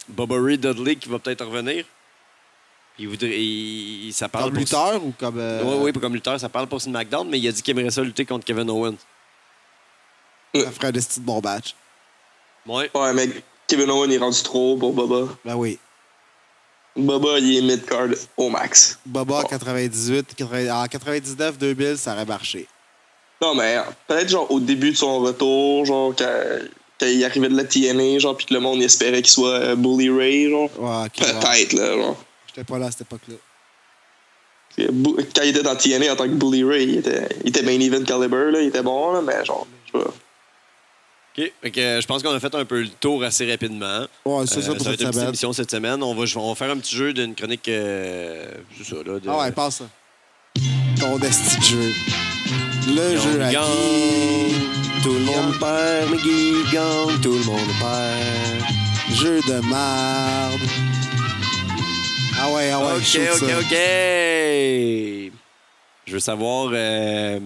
Bobby Ray Dudley qui va peut-être revenir. Il voudrait. il- il- ça parle
Comme
pour-
lutteur ou comme. euh,
Ouais, ouais, comme lutteur, ça parle pour Sin McDonald, mais il a dit qu'il aimerait ça lutter contre Kevin Owens.
Ça ferait un esti de bon batch.
Ouais.
Ouais, mais Kevin Owen est rendu trop haut pour Baba.
Ben oui.
Baba, il est mid-card au max.
Boba en
Bon.
98, 80 en 99, 2000, ça aurait marché.
Non, mais peut-être genre au début de son retour, genre quand, quand il arrivait de la TNA, genre, puis que le monde espérait qu'il soit euh, Bully Ray, genre.
[laughs]
Ouais, ok. ouais.
Peut-être, là, genre.
J'étais pas là à cette époque-là.
Bou- Euh, Quand il était dans TNA en tant que Bully Ray, il était, il était main event caliber, là, il était bon, là, mais genre, je sais pas.
OK. Fait que, euh, je pense qu'on a fait un peu le tour assez rapidement.
Ouais, c'est
Euh,
ça pour
va être
cette
une petite
semaine.
émission cette semaine. On va, jou- on va faire un petit jeu d'une chronique. euh, c'est ça, là. de-
Ah ouais, passe ça. Ton esti de jeu. Le
Guillaume
jeu à
gagne. Tout le monde perd, mais Guy gagne. Tout le monde perd.
qui? Jeu de marde. Ah ouais, ah ouais, je suis
OK,
chaud
OK,
de ça.
OK. Je veux savoir, euh,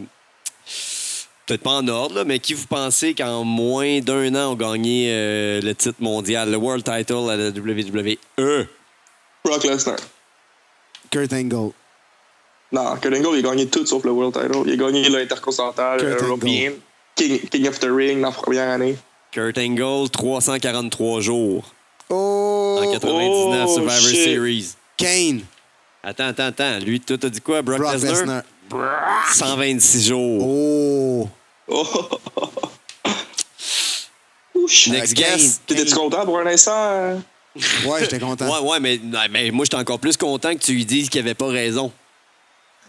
peut-être pas en ordre, là, mais qui vous pensez qu'en moins d'un an ont gagné euh, le titre mondial, le World Title à la E? WWE?
Brock Lesnar.
Kurt Angle.
Non, Kurt Angle, il a gagné tout sauf le World Title. Il a gagné l'Intercontinental,
Kurt Angle.
l'European, King, King of the Ring dans la première année.
Kurt Angle, 343 jours en
Oh!
99
oh,
Survivor
shit.
Series.
Kane.
Attends, attends, attends. Lui, toi, t'as dit quoi? Brock,
Brock
Lesnar?
Lesnar.
126 jours.
Oh!
Oh! Ouch!
Next
Euh,
guess.
T'étais-tu content pour un instant? euh?
Ouais, j'étais content.
Ouais, ouais, mais, non, mais moi, j'étais encore plus content que tu lui dises qu'il avait pas raison.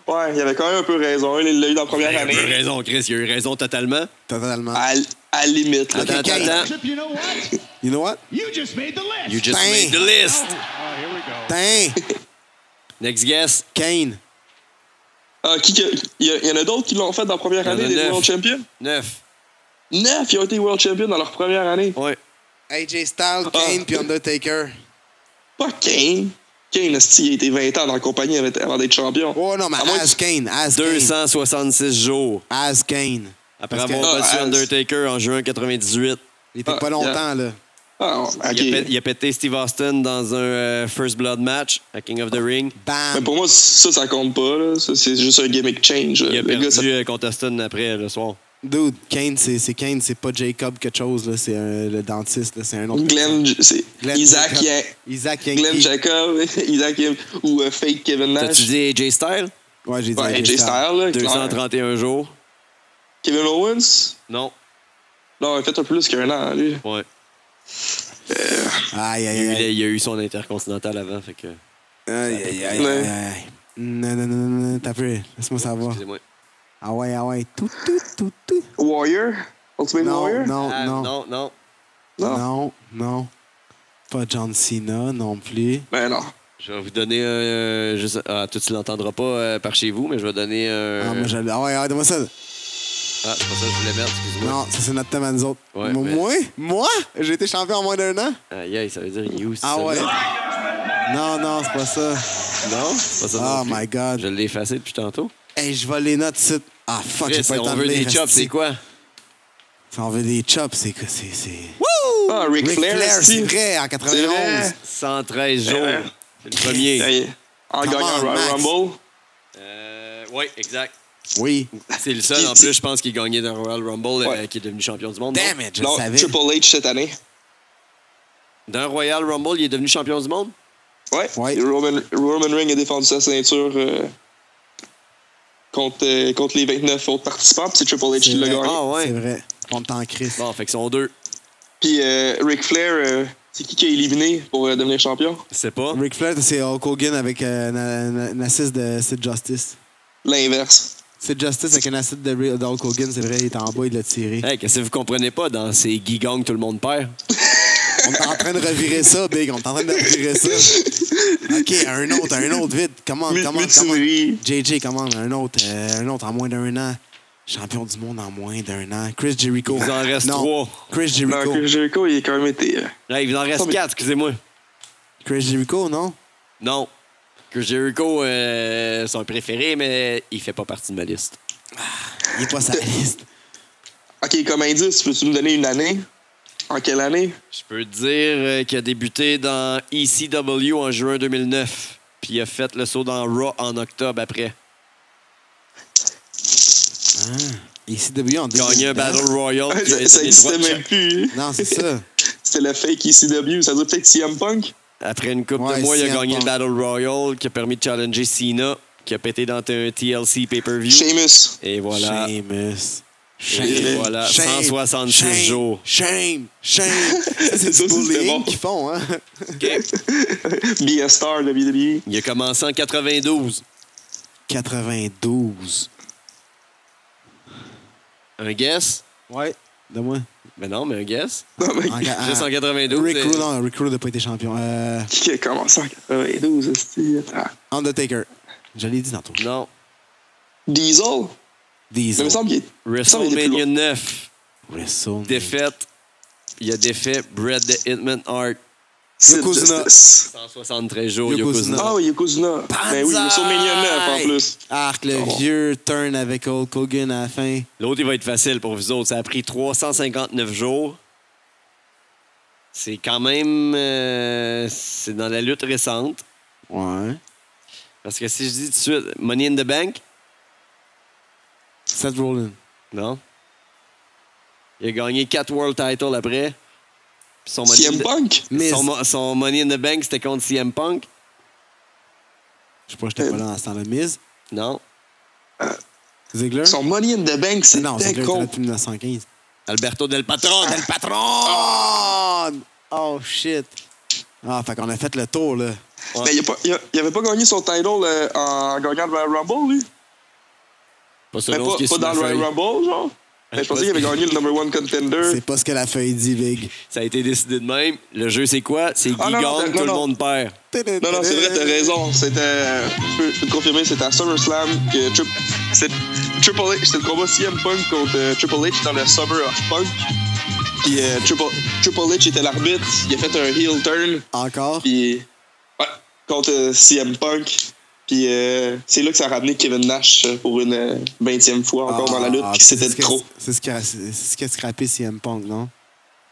Ouais, il avait quand même un peu raison. Il l'a eu dans la
Il
première
a eu
année.
raison, Chris. Il a eu raison totalement.
Totalement.
À, à la limite. là.
Attends,
Okay,
attends, attends.
Trip, you know what?
You know what?
You just made the list.
You just
Damn.
made the list.
Oh, here we go.
[laughs]
Tain!
Next guess.
Kane.
Ah, qui que- il, y a- il y en a d'autres qui l'ont fait dans la première
Il y en
année,
a
des
neuf.
World Champions.
9.
Neuf, ils ont été World Champions dans leur première année.
Ouais.
AJ Styles, Kane,
Ah.
puis Undertaker.
Pas Kane. Kane, esti, il a été 20 ans dans la compagnie avant d'être- avant d'être champion.
Oh non, mais
À moins
As Kane. As Kane.
266 jours
As Kane.
après
Parce que-
avoir
Ah,
battu
ah,
Undertaker en juin 98.
Il était
Ah,
pas longtemps, là.
Ah, ok.
Il, a pét- il a pété Steve Austin dans un euh, First Blood match à King of
Ah.
the Ring.
Mais
Bam!
pour moi, ça, ça compte pas. là. Ça, C'est juste un gimmick change.
Il a
Le gars, ça-
perdu euh, contre Austin après le soir.
Dude, Kane, c'est c'est Kane, c'est pas Jacob quelque chose, là. C'est un- le dentiste, là. C'est un autre.
Glenn, c'est
Glenn
Isaac,
Jacob.
Yan-
Isaac
Glenn
Yankee.
Jacob, [laughs] Isaac Yan- ou euh, Fake Kevin Nash.
T'as-tu dit AJ Styles?
Ouais, j'ai dit
Ouais,
Jay
AJ
Styles.
Styles, là, clair.
231 jours.
Kevin Owens?
Non.
Non, il a fait un peu plus qu'un an, lui.
Ouais.
Aïe,
Il,
aïe,
y
aïe.
a, il y a eu son intercontinental avant, fait que.
Aïe, aïe, aïe, aïe, aïe. Non, non, non, non, non, t'as peu. Laisse-moi savoir.
Excusez-moi.
Ah ouais, ah ouais. Tout, tout, tout, tout.
Warrior? Ultimate
Non,
Warrior?
non,
Ah,
non.
non, non.
Non.
Non, non. Pas John Cena non plus.
Ben non.
Je vais vous donner un. Je sais, ah, toi, tu l'entendras pas euh, par chez vous, mais je vais donner un.
Euh.
Ah, moi, je... ah ouais, ah, donne-moi ça.
Ah, c'est pas ça que je voulais mettre, excuse-moi.
Non, ça, c'est notre thème à nous autres.
Ouais,
Moi-
mais-
Moi? Moi? J'ai été champion en moins d'un an?
Aïe, aïe, ça veut dire you. c'est
Ah
ça,
ouais.
là.
Non, non, c'est pas ça.
Non, c'est pas ça. non
Oh
plus.
my God.
Je l'ai effacé depuis tantôt.
Hey, je vais les notes ici. Ah, fuck, j'ai
Chris,
pas le temps
on
de
veut des
lire,
chops,
esti.
c'est quoi?
Si on veut des chops, c'est quoi? C'est... c'est-
Ah, Ric,
Ric
Flair,
c'est
si.
vrai, en
C'est
91.
vrai.
Eh
113 jours.
ouais.
C'est le premier.
Hey, En
Come
gagnant
on,
Royal
Max.
Rumble.
Euh, oui, exact.
Oui.
C'est le seul,
Puis,
en
c'est-
plus, je pense, qui gagnait dans Royal Rumble, euh,
Ouais.
qui est devenu champion du monde.
Damn
non?
it, je le
Non,
savais.
Triple H cette année.
Dans Royal Rumble, il est devenu champion du monde?
Ouais.
Ouais.
Roman, Roman Reigns a défendu sa ceinture euh, contre, euh, contre les 29 autres participants, puis c'est Triple H
C'est
qui l'a
vrai.
gagné.
Ah, ouais.
C'est vrai. On t'en crisse.
Bon, fait qu'ils sont deux.
Puis euh, Ric Flair, euh, c'est qui qui a éliminé pour euh, devenir champion?
C'est pas.
Ric Flair, c'est Hulk Hogan avec euh, na- na- un assist de Sid Justice.
L'inverse.
Sid Justice avec un assist de, Ri- de Hulk Hogan, c'est vrai, il est en bas, il l'a tiré.
Hey, qu'est-ce que vous comprenez pas dans ces gigangs tout le monde perd?
On est en train de revirer ça, Big. On est en train de revirer ça. OK, un autre, un autre, vite. Commande,
Mut-
commande, commande.
Mutinerie.
JJ, commande, un autre, euh, un autre en moins d'un an. Champion du monde en moins d'un an. Chris Jericho.
Il vous en reste
Non,
trois.
Chris
Non,
Jericho.
Chris Jericho, il a quand même été. euh,
Hey, il en reste
Oh, mais-
quatre, excusez-moi.
Chris Jericho, non?
Non. Que Jericho, euh, son préféré, mais il fait pas partie de ma liste.
Il est pas sa liste.
Ok, comme indice, peux-tu me donner une année? En quelle année?
Je peux te dire euh, qu'il a débuté dans ECW en juin 2009, puis il a fait le saut dans Raw en octobre après.
Ici, W en
Gagné un
2019.
Battle
[laughs]
Royal. puis
ça
a été
ça
des
existait
droits de
même
cha-
plus.
Non, c'est ça.
C'était le fake ECW. Ça veut dire peut-être CM Punk?
Après une coupe
Ouais,
de mois, il a
CM
gagné le
Punk.
Battle Royal qui a permis de challenger Cena, qui a pété dans un TLC pay-per-view.
Sheamus.
Et voilà.
Seamus.
Et voilà, 166
shame,
jours.
Shame, shame. Ça, c'est
Ça
du
aussi, c'était
bullying
bon.
qu'ils font, hein?
[laughs] Be a star E. de WWE.
Il a commencé en 92.
92.
Un guess?
Ouais. De moi.
Ben non, mais un guess.
Non, mais
En- en-
Juste en 92.
Rick
c'est-
Rude, non, Rick Rude n'a pas été champion. Euh,
qui a commencé en 92? hostie? Attends.
Undertaker. Je l'ai dit dans ton
Non.
Diesel? Mais il
Diesel.
me semble qu'il est. il me semble qu'il était plus
WrestleMania
loin.
9.
Wrestle.
Défaite. Il a défait Brett the Hitman Hart.
C'est
Yokozuna.
Justice.
173 jours,
Yokozuna.
Yokozuna.
Ah oui, Yokozuna. Ben oui, WrestleMania 9 en plus.
Arc, le
Oh.
vieux turn avec Hulk Hogan à la fin.
L'autre, il va être facile pour vous autres. Ça a pris 359 jours. C'est quand même... euh, c'est dans la lutte récente.
Ouais.
Parce que si je dis tout de suite Money in the Bank,
Seth Rollins.
non. Il a gagné 4 World Titles après. Puis son Money in
CM
the-
Punk?
Miz.
Son, mo- son Money in the Bank, c'était contre CM Punk.
Je sais pas, j'étais pas là dans ce temps-là. Miz.
Non.
Ziggler.
Son Money in the Bank,
Hein? Non,
c'était
Ziggler était là
con.
depuis 1915.
Alberto Del
Ah!
Patron. Del
Patron! Oh, shit. Ah, fait qu'on a fait le tour, là.
Mais Ben, il a pas- il a- il avait pas gagné son title euh, en gagnant le Royal Rumble, lui.
Pas, ce
Mais
nom
pas,
qui est
pas
sur
dans
ma
le Royal
feuille.
Rumble, genre. Mais je pensais qu'il avait gagné le number one contender.
C'est pas ce que la feuille dit, Big.
Ça a été décidé de même. Le jeu, c'est quoi? C'est
Ah, non,
Guy
non,
gagne,
non,
tout le
non.
monde perd.
Non, non, c'est vrai, t'as raison. C'était. euh, Je peux, je peux te confirmer, c'était à SummerSlam que Trip- c'était Triple H. C'était le combat CM Punk contre euh, Triple H dans le Summer of Punk. Puis euh, Triple, Triple H était l'arbitre. Il a fait un heel turn.
Encore?
Puis. Ouais, contre euh, CM Punk. Puis euh, c'est là que ça a ramené Kevin Nash euh, pour une euh, 20e fois encore dans la lutte.
Ah,
puis c'était
c'est ce que-
trop.
C'est ce qui a, c'est ce qui a scrappé CM Punk, non?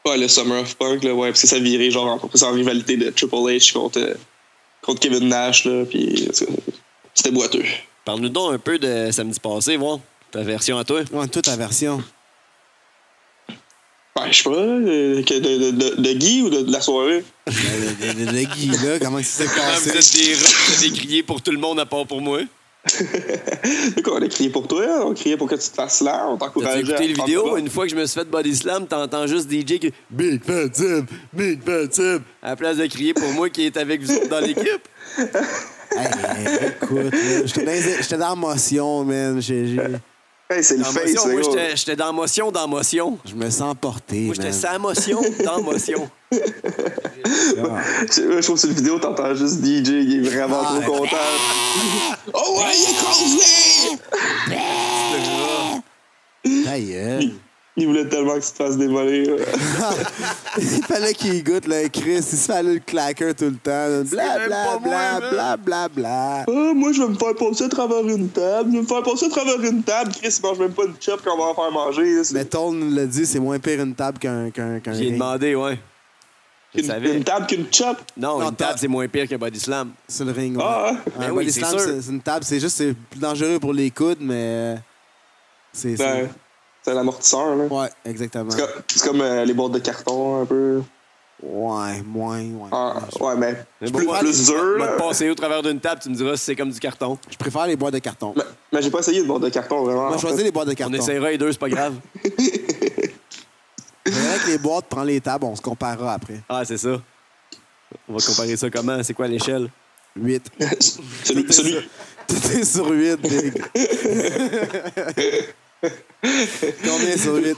Ouais, le Summer of Punk, là, ouais, parce que ça virait genre en, plus en rivalité de Triple H contre, euh, contre Kevin Nash, là, puis en tout cas, c'était boiteux.
Parle-nous donc un peu de samedi passé, voir ta version à toi.
[laughs] Ouais, toute ta version.
Ben, je sais pas, euh, que de, de, de- de Guy ou de, de la soirée?
Le, le- le- le Guy, là, comment il s'est
Ah, vous
cassé?
êtes des rats, vous êtes des criés pour tout le monde à part pour moi.
Nous, on a crié pour toi, on criait pour que tu te fasses là, on
T'as
t'encourageait. à
écouté
faire
la vidéo?
ça.
Une fois que je me suis fait body slam, t'entends juste DJ qui Big Fat Tim! Big Fat Tim! À la place de crier pour moi qui est avec vous autres dans
[laughs]
l'équipe.
Hey, écoute, là, j'étais dans les- j'étais dans l'émotion, man. J'ai- j'ai-
Hey, c'est le
Dans
face,
motion,
c'est
moi,
gros.
j'étais- j'étais dans motion, dans motion.
Je me sens porté,
Moi, j'étais
man.
sans motion, dans motion.
Ah.
Je trouve que cette vidéo, t'entends juste DJ, il est vraiment
Ah,
trop content.
ah!
oh ouais, il est congelé!
Ta gueule.
Il voulait tellement que tu te fasses dévoiler.
il fallait qu'il goûte le Chris. Il se fallait le claqueur tout le temps. Bla
même
bla
pas moi,
bla
man.
bla bla bla.
Ah, moi, je vais me faire passer à travers une table. Je vais me faire passer à travers une table. Chris, il mange même pas une chop qu'on va en faire manger. là. C'est
Mais Toll nous l'a dit, c'est moins pire une table qu'un qu'un qu'un
J'ai
ring.
demandé, ouais. Je
une,
savais.
une table qu'une chop.
Non,
Non,
une table,
t'as-
c'est moins pire qu'un body slam.
Sur le ring.
Ah,
ouais.
ben
Un
oui,
body
c'est
slam,
sûr.
c'est c'est une table. C'est juste c'est plus dangereux pour les coudes, mais euh, c'est
Ben,
c'est-
C'est l'amortisseur,
Ben.
là.
ouais exactement.
C'est comme- C'est comme euh, les boîtes de carton, un peu.
Ouais, moins, ouais.
Ah, ouais, mais,
Mais
plus,
bon,
plus dur,
Va
là.
te passer au travers d'une table, tu me diras si c'est comme du carton.
Je préfère les boîtes de carton.
Mais, mais j'ai pas essayé de boîte de carton, vraiment.
Moi, je choisis les boîtes de
On
carton.
essaiera les deux, c'est pas grave. [laughs]
Mais Avec les boîtes, prends les tables, on se comparera après.
Ah, c'est ça. On va comparer ça comment? C'est quoi l'échelle?
[laughs]
8.
celui, celui,
Tout est sur 8, big. Combien sur 8?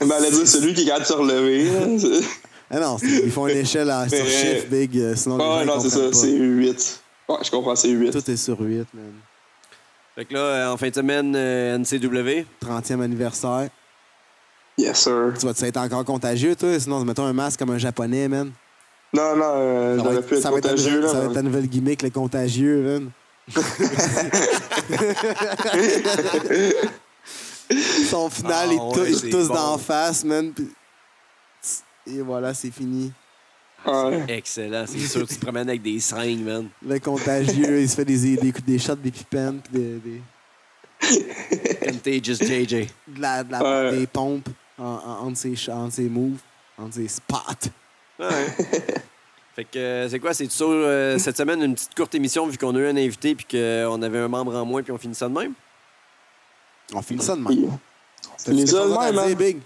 ben, allez dire celui qui est capable de se relever.
[laughs]
là. C'est-
Ah non, c'est- ils font une échelle à- sur
Mais-
chiffre, big. euh, Sinon,
Ah,
les gens,
ouais,
ils
non, c'est
comprennent
ça,
pas.
c'est 8. Ouais, je comprends, c'est 8.
Tout est sur 8, man.
Fait que là, euh, en fin de semaine, euh, NCW.
30e anniversaire.
Yes, sir.
Tu vas-tu être encore contagieux, toi? Sinon, mettons un masque comme un japonais, man.
Non, non, euh,
Ça va
j'aurais
être-
pu être
ça va être ta
contagieux,
nouvelle-
là. hein.
Ça va être ta nouvelle gimmick, le contagieux,
[laughs]
man. Son
Ah
final, il tou-
ouais,
il
c'est
tousse
bon.
d'en face, man. puis- Et voilà, c'est fini.
Ah, Ouais.
Excellent, c'est sûr. Tu te promènes avec des seringues, man.
Le contagieux, il se fait des, des, coups- des shots, des pipettes, puis des, des-
Contagious JJ.
de la- de la-
Ouais.
des pompes en, en- entre, ses, ch- entre ses moves, entre ses spots.
Ouais. Fait que euh, c'est quoi? C'est ça, euh, cette semaine, une petite courte émission vu qu'on a eu un invité puis qu'on avait un membre en moins puis on finit ça de même?
On finit ça de même.
Puis,
T'as-tu quelque
ça de
chose à
même,
dire,
hein?
Big?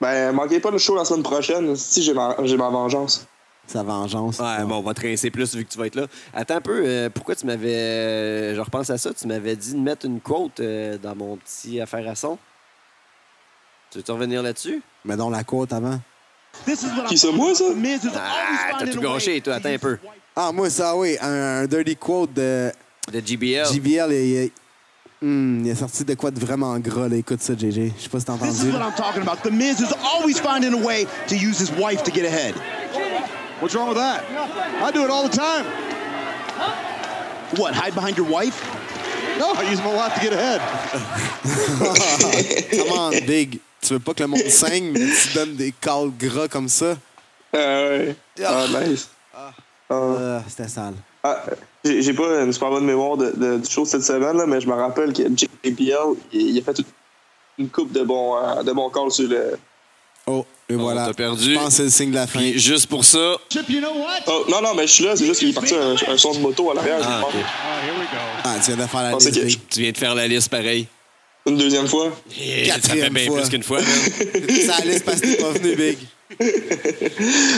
Ben, manquez pas le show la semaine prochaine. Si j'ai ma, j'ai ma vengeance.
Sa vengeance.
Ouais, bon, on va te rincer plus vu que tu vas être là. Attends un peu, euh, pourquoi tu m'avais. euh, je repense à ça, tu m'avais dit de mettre une quote euh, dans mon petit affaire à son. Tu veux-tu revenir là-dessus?
Mais dans la côte avant.
This is what
Qui ça, moi, ça?
Ah, t'as tout gâché, toi, attends un peu.
Ah, moi, ça, oui. Un, un dirty quote de
De GBL.
JBL. Il, il- hmm, il est sorti de quoi de vraiment gras, là. Écoute ça, JJ. Je sais pas si t'as
This is
entendu.
what
[laughs] là.
I'm talking about. The Miz is always finding a way to use his wife to get ahead. What's wrong with that? I do it all the time. What, hide behind your wife? No, I use my wife to get ahead.
Comment, Big? Tu veux pas que le monde saigne, mais tu donnes des calls gras comme ça?
Ah, ouais. Ah, nice. Ah.
Ah, C'était sale.
Ah, j'ai j'ai pas une super bonne mémoire de, de- du show cette semaine, là, mais je me rappelle que JPL, il, il a fait une, une coupe de bons euh, de bons calls sur le.
Oh, et voilà.
t'as perdu.
Je pense que c'est le signe de la fin.
Puis juste pour ça.
Chip, you know what?
Oh, non, non, mais je suis là, c'est juste qu'il est parti un, un son de moto à l'arrière,
Ah,
je pense.
ok.
Oh, here we go.
Ah, tu viens de faire la
Je pensais
liste,
Oh, que-
Big.
Tu viens de faire la liste pareil.
Une deuxième fois.
Et ça fait
Quatrième
bien
fois.
plus qu'une fois.
[laughs]
man.
Ça allait se passer, t'es pas venu, Big.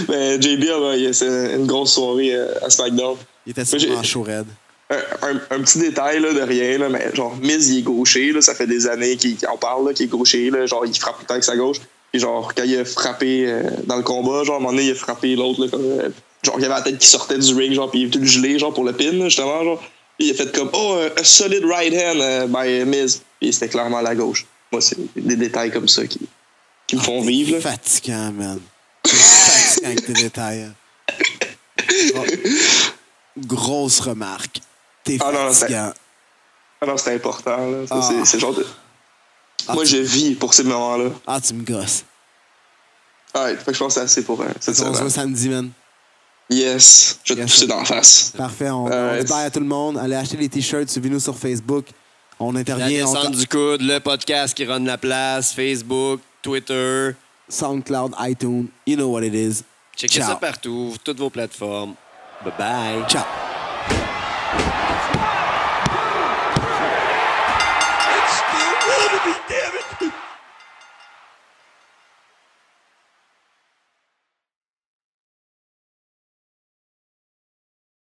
Mais JBL, ouais, il- c'est une grosse soirée euh, à SmackDown.
Il était
Mais j'ai-
sûrement chaud raide.
Un, un- un petit détail là, de rien, là, mais genre, Miz, il est gaucher, là, ça fait des années qu'il qu'il en parle, là, qu'il est gaucher, là, genre, il frappe tout le temps avec sa gauche. Puis genre, quand il a frappé euh, dans le combat, genre, à un moment donné, il a frappé l'autre, là, comme, euh, genre, il y avait la tête qui sortait du ring, genre, puis il est tout gelé, genre, pour le pin, là, justement, genre. Puis il a fait comme, oh, un- a solid right hand euh, by euh, Miz. Puis c'était clairement la gauche. Moi, c'est des détails comme ça qui, qui me font vivre, là.
Fatigant, man. C'est fatigant avec tes détails. Oh. Grosse remarque. T'es
Ah non, c'est-
fatigant.
Ah non, c'est important, là. Ça,
Ah.
c'est- C'est genre de-
Ah,
Moi,
tu-
je vis pour ces moments-là.
Ah, tu me gosses.
Ouais, fait que je pense que c'est assez pour euh, cette
On se voit
semaine.
samedi, man.
Yes, je vais te
Yes,
pousser
sir.
dans la face.
Parfait. On,
Euh,
on dit bye à tout le monde. Allez acheter des t-shirts. Suivez-nous sur Facebook. On
La
intervient. on-
descente du coude, le podcast qui run la place, Facebook, Twitter,
SoundCloud, iTunes. You know what it is.
Checkez
Ciao.
ça partout, toutes vos plateformes. Bye bye.
Ciao.
Thank